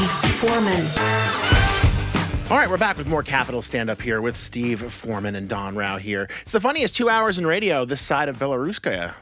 Foreman. All right, we're back with more Capital Stand Up here with Steve Foreman and Don Rao here. It's the funniest two hours in radio this side of Belaruskaya.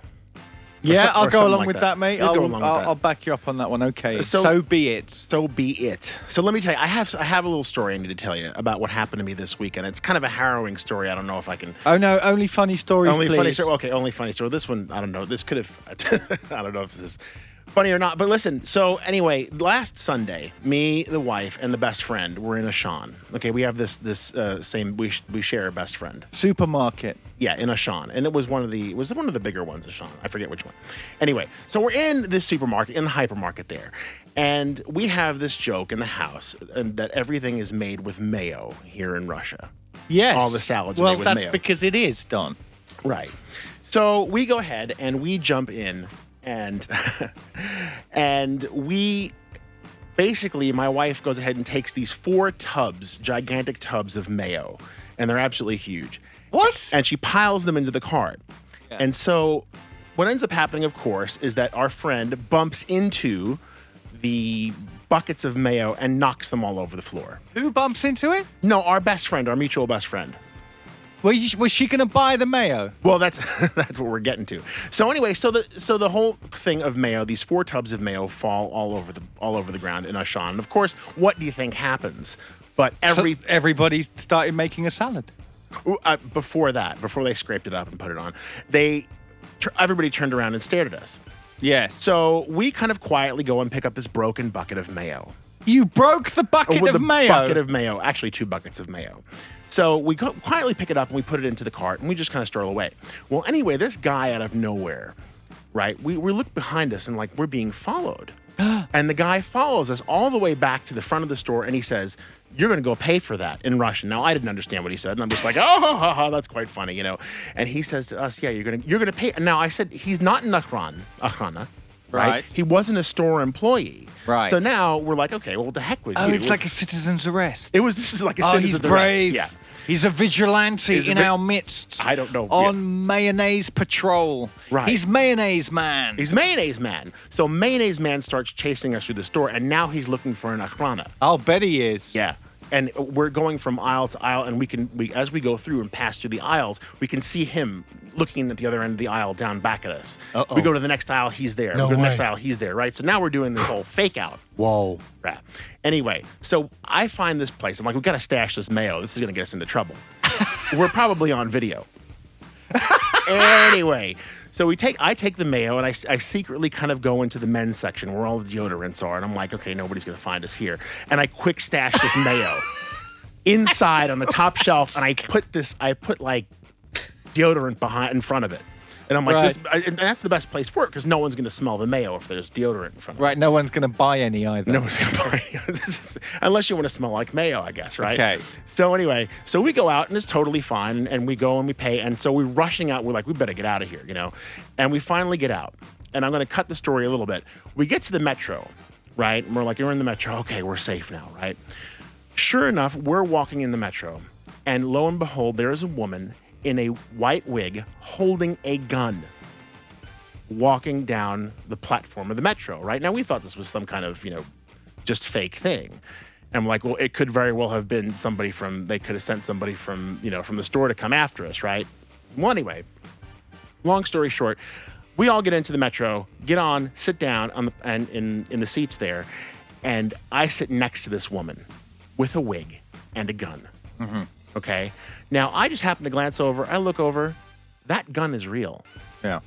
Yeah, some- I'll or go something along like with that. that, mate. You'll I'll, go along with I'll, that. I'll back you up on that one. Okay. So- So, be it. So be it. So let me tell you, I have I have a little story I need to tell you about what happened to me this weekend. It's kind of a harrowing story. I don't know if I can Oh no, only funny stories. only please. funny story. Okay, only funny story. This one, I don't know. This could have, I don't know if this is funny or not. But listen. So anyway, last Sunday, me, the wife, and the best friend were in a Sean. Okay, we have this this uh, same. We sh- we share a best friend. Supermarket. Yeah, in a Sean, and it was one of the it was one of the bigger ones, a Sean. I forget which one. Anyway, so we're in this supermarket, in the hypermarket there, and we have this joke in the house and that everything is made with mayo here in Russia. Yes. All the salads are Well, made with that's mayo. because it is Don. Right. So we go ahead and we jump in and and we basically my wife goes ahead and takes these four tubs, gigantic tubs of mayo, and they're absolutely huge. What? And she piles them into the cart. And so what ends up happening, of course, is that our friend bumps into the buckets of mayo and knocks them all over the floor. Who bumps into it? No, our best friend, our mutual best friend. Were you, was she going to buy the mayo? Well, that's that's what we're getting to. So anyway, so the so the whole thing of mayo, these four tubs of mayo fall all over the all over the ground in Ashan. And of course, what do you think happens? But every So everybody started making a salad. uh, before that, before they scraped it up and put it on, they tur- everybody turned around and stared at us. Yes. So So we kind of quietly go and pick up this broken bucket of mayo. you broke Oh, the bucket with of a mayo. bucket of mayo, actually two buckets of mayo. So we go, quietly pick it up and we put it into the cart and we just kind of stroll away. Well, anyway, this guy out of nowhere, right? We, we look behind us and like we're being followed. and the guy follows us all the way back to the front of the store and he says, You're going to go pay for that in Russian. Now, I didn't understand what he said. And I'm just like, Oh, ha, ha, ha, that's quite funny, you know? And he says to us, Yeah, you're going to you're gonna pay. Now, I said, He's not in Akhran, Akhrana. Right. He wasn't a store employee. Right. So now we're like, okay, well, what the heck with oh, you? it's like a citizen's arrest. It was. This is like a. oh, citizen he's of the rest. brave. Yeah. He's a vigilante He's a in vi- our midst. I don't know, yeah. On mayonnaise patrol. Right. He's mayonnaise man. He's mayonnaise man. So mayonnaise man starts chasing us through the store, and now he's looking for an akhrana. I'll bet he is. Yeah. And we're going from aisle to aisle, and we can we as we go through and pass through the aisles, we can see him looking at the other end of the aisle down back at us. Uh-oh. We go to the next aisle, he's there. we go No to the way. next aisle, he's there. Right. So now we're doing this whole fake out. Whoa. crap. Anyway, so I find this place. I'm like, we've got to stash this mayo. This is going to get us into trouble. We're probably on video. anyway, so we take I take the mayo and I, I secretly kind of go into the men's section where all the deodorants are, and I'm like, okay, nobody's going to find us here. And I quick stash this mayo inside on the top shelf, and I put this I put like deodorant behind in front of it. And I'm like, Right. this, I, and that's the best place for it because no one's going to smell the mayo if there's deodorant in front of it. Right, no one's going to buy any either. Nobody's gonna buy it. This is- unless you want to smell like mayo, I guess, right? Okay. So anyway, so we go out and it's totally fine, and we go and we pay, and so we're rushing out. We're like, we better get out of here, you know, and we finally get out. And I'm gonna cut the story a little bit. We get to the metro, right? And we're like, we're in the metro. Okay, we're safe now, right? Sure enough, we're walking in the metro, and lo and behold, there is a woman in a white wig holding a gun walking down the platform of the metro, right? Now, we thought this was some kind of, you know, just fake thing. And I'm like, well, it could very well have been somebody from, they could have sent somebody from, you know, from the store to come after us, right? Well, anyway, long story short, we all get into the metro, get on, sit down on the, and in, in the seats there. And I sit next to this woman with a wig and a gun. Okay. Now, I just happen to glance over, I look over, that gun is real. Yeah.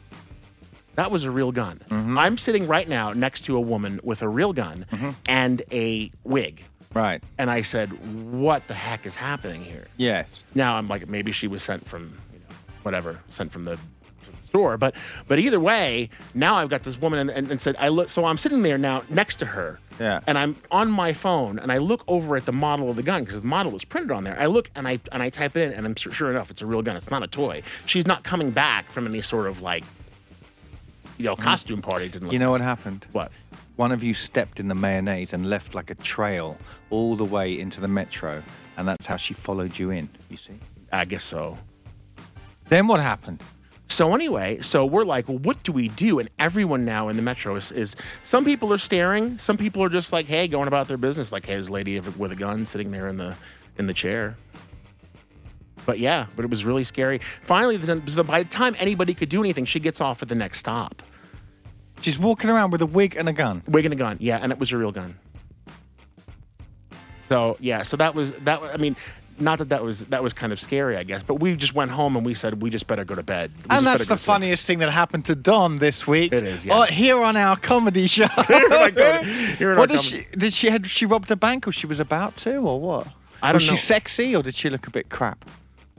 That was a real gun. I'm sitting right now next to a woman with a real gun and a wig. Right. And I said, What the heck is happening here? Yes. Now I'm like, maybe she was sent from you know, whatever, sent from the, from the store. But but either way, now I've got this woman and, and, and said, I look so I'm sitting there now next to her. Yeah. And I'm on my phone and I look over at the model of the gun because the model was printed on there. I look and I and I type it in and I'm sure, sure enough it's a real gun. It's not a toy. She's not coming back from any sort of like you know costume party. It Didn't look Mm. You know what happened? what? One of you stepped in the mayonnaise and left like a trail all the way into the metro, and that's how she followed you in, you see? I guess so. Then what happened? So anyway, so we're like, well, what do we do? And everyone now in the metro is, is some people are staring, some people are just like, hey, going about their business, like hey, this lady with a gun sitting there in the in the chair. But yeah, but it was really scary. Finally, the- the- by the time anybody could do anything, she gets off at the next stop. She's walking around with a wig and a gun. Wig and a gun, yeah, and it was a real gun. So yeah, so that was that. was- I mean, not that that was that was kind of scary, I guess. But we just went home and we said we just better go to bed. We just and better that's go the to sleep. funniest thing that happened to Don this week. It is, yeah. Oh, here on our comedy show. our comedy- here on what our did she? Did she had she robbed a bank, or she was about to, or what? I don't was know. she sexy, or did she look a bit crap?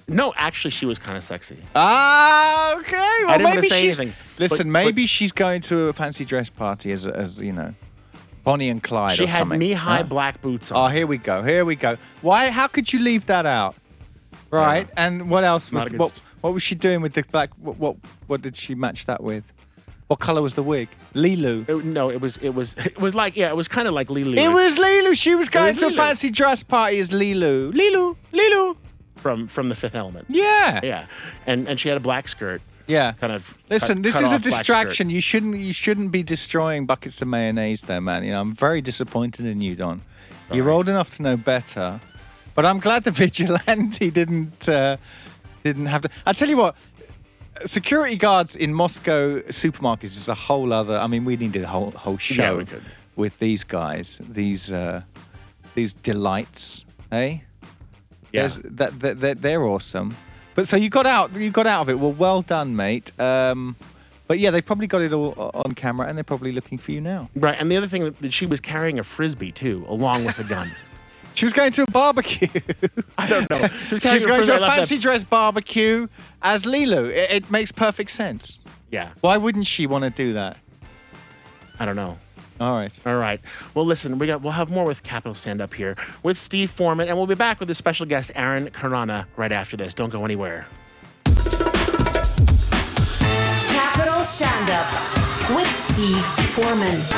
No, actually, she was kind of sexy. Ah, okay. Well, didn't wanna maybe say she's, anything, but- Listen, but- maybe she's going to a fancy dress party as, as you know, Bonnie and Clyde. She or had something. knee-high Huh? black boots Oh, on. here we go. Here we go. Why? How could you leave that out? Right. And what else? Not a Was, good what, st- what was she doing with the black? What, what? What did she match that with? What color was the wig? Lilu. It- no, it was it was it was like yeah, it was kind of like Lulu It was Lilu. She was going was to a Lilu. fancy dress party as Lilu. Lilu. Lilu. from from the Fifth Element. Yeah. Yeah, and and she had a black skirt. Yeah. Kind of. Listen, cut- this cut is a off black skirt. distraction. You shouldn't you shouldn't be destroying buckets of mayonnaise there, man. You know, I'm very disappointed in you, Don. You're old enough to know better. But I'm glad the vigilante didn't uh, didn't have to I tell you what, security guards in Moscow supermarkets is a whole other I mean, we needed a whole whole show we could. with these guys, these uh, these delights, eh? Yeah. There's- that, that, that- they're awesome. But so you got out, you got out of it. Well, well done, mate. Um, but yeah, they've probably got it all o- on camera, and they're probably looking for you now. Right, and the other thing that- that she was carrying a frisbee too, along with a gun. She was going to a barbecue. I don't know. She was carrying She's going frisbee. I left to a that- fancy dress barbecue as Lilo. It, it makes perfect sense. Yeah, Why wouldn't she want to do that? I don't know. All right. All right. Well, listen, we got we'll have more with Capital Stand Up here with Steve Foreman, and we'll be back with a special guest, Aaron Carana, right after this. Don't go anywhere. Capital Stand Up with Steve Foreman.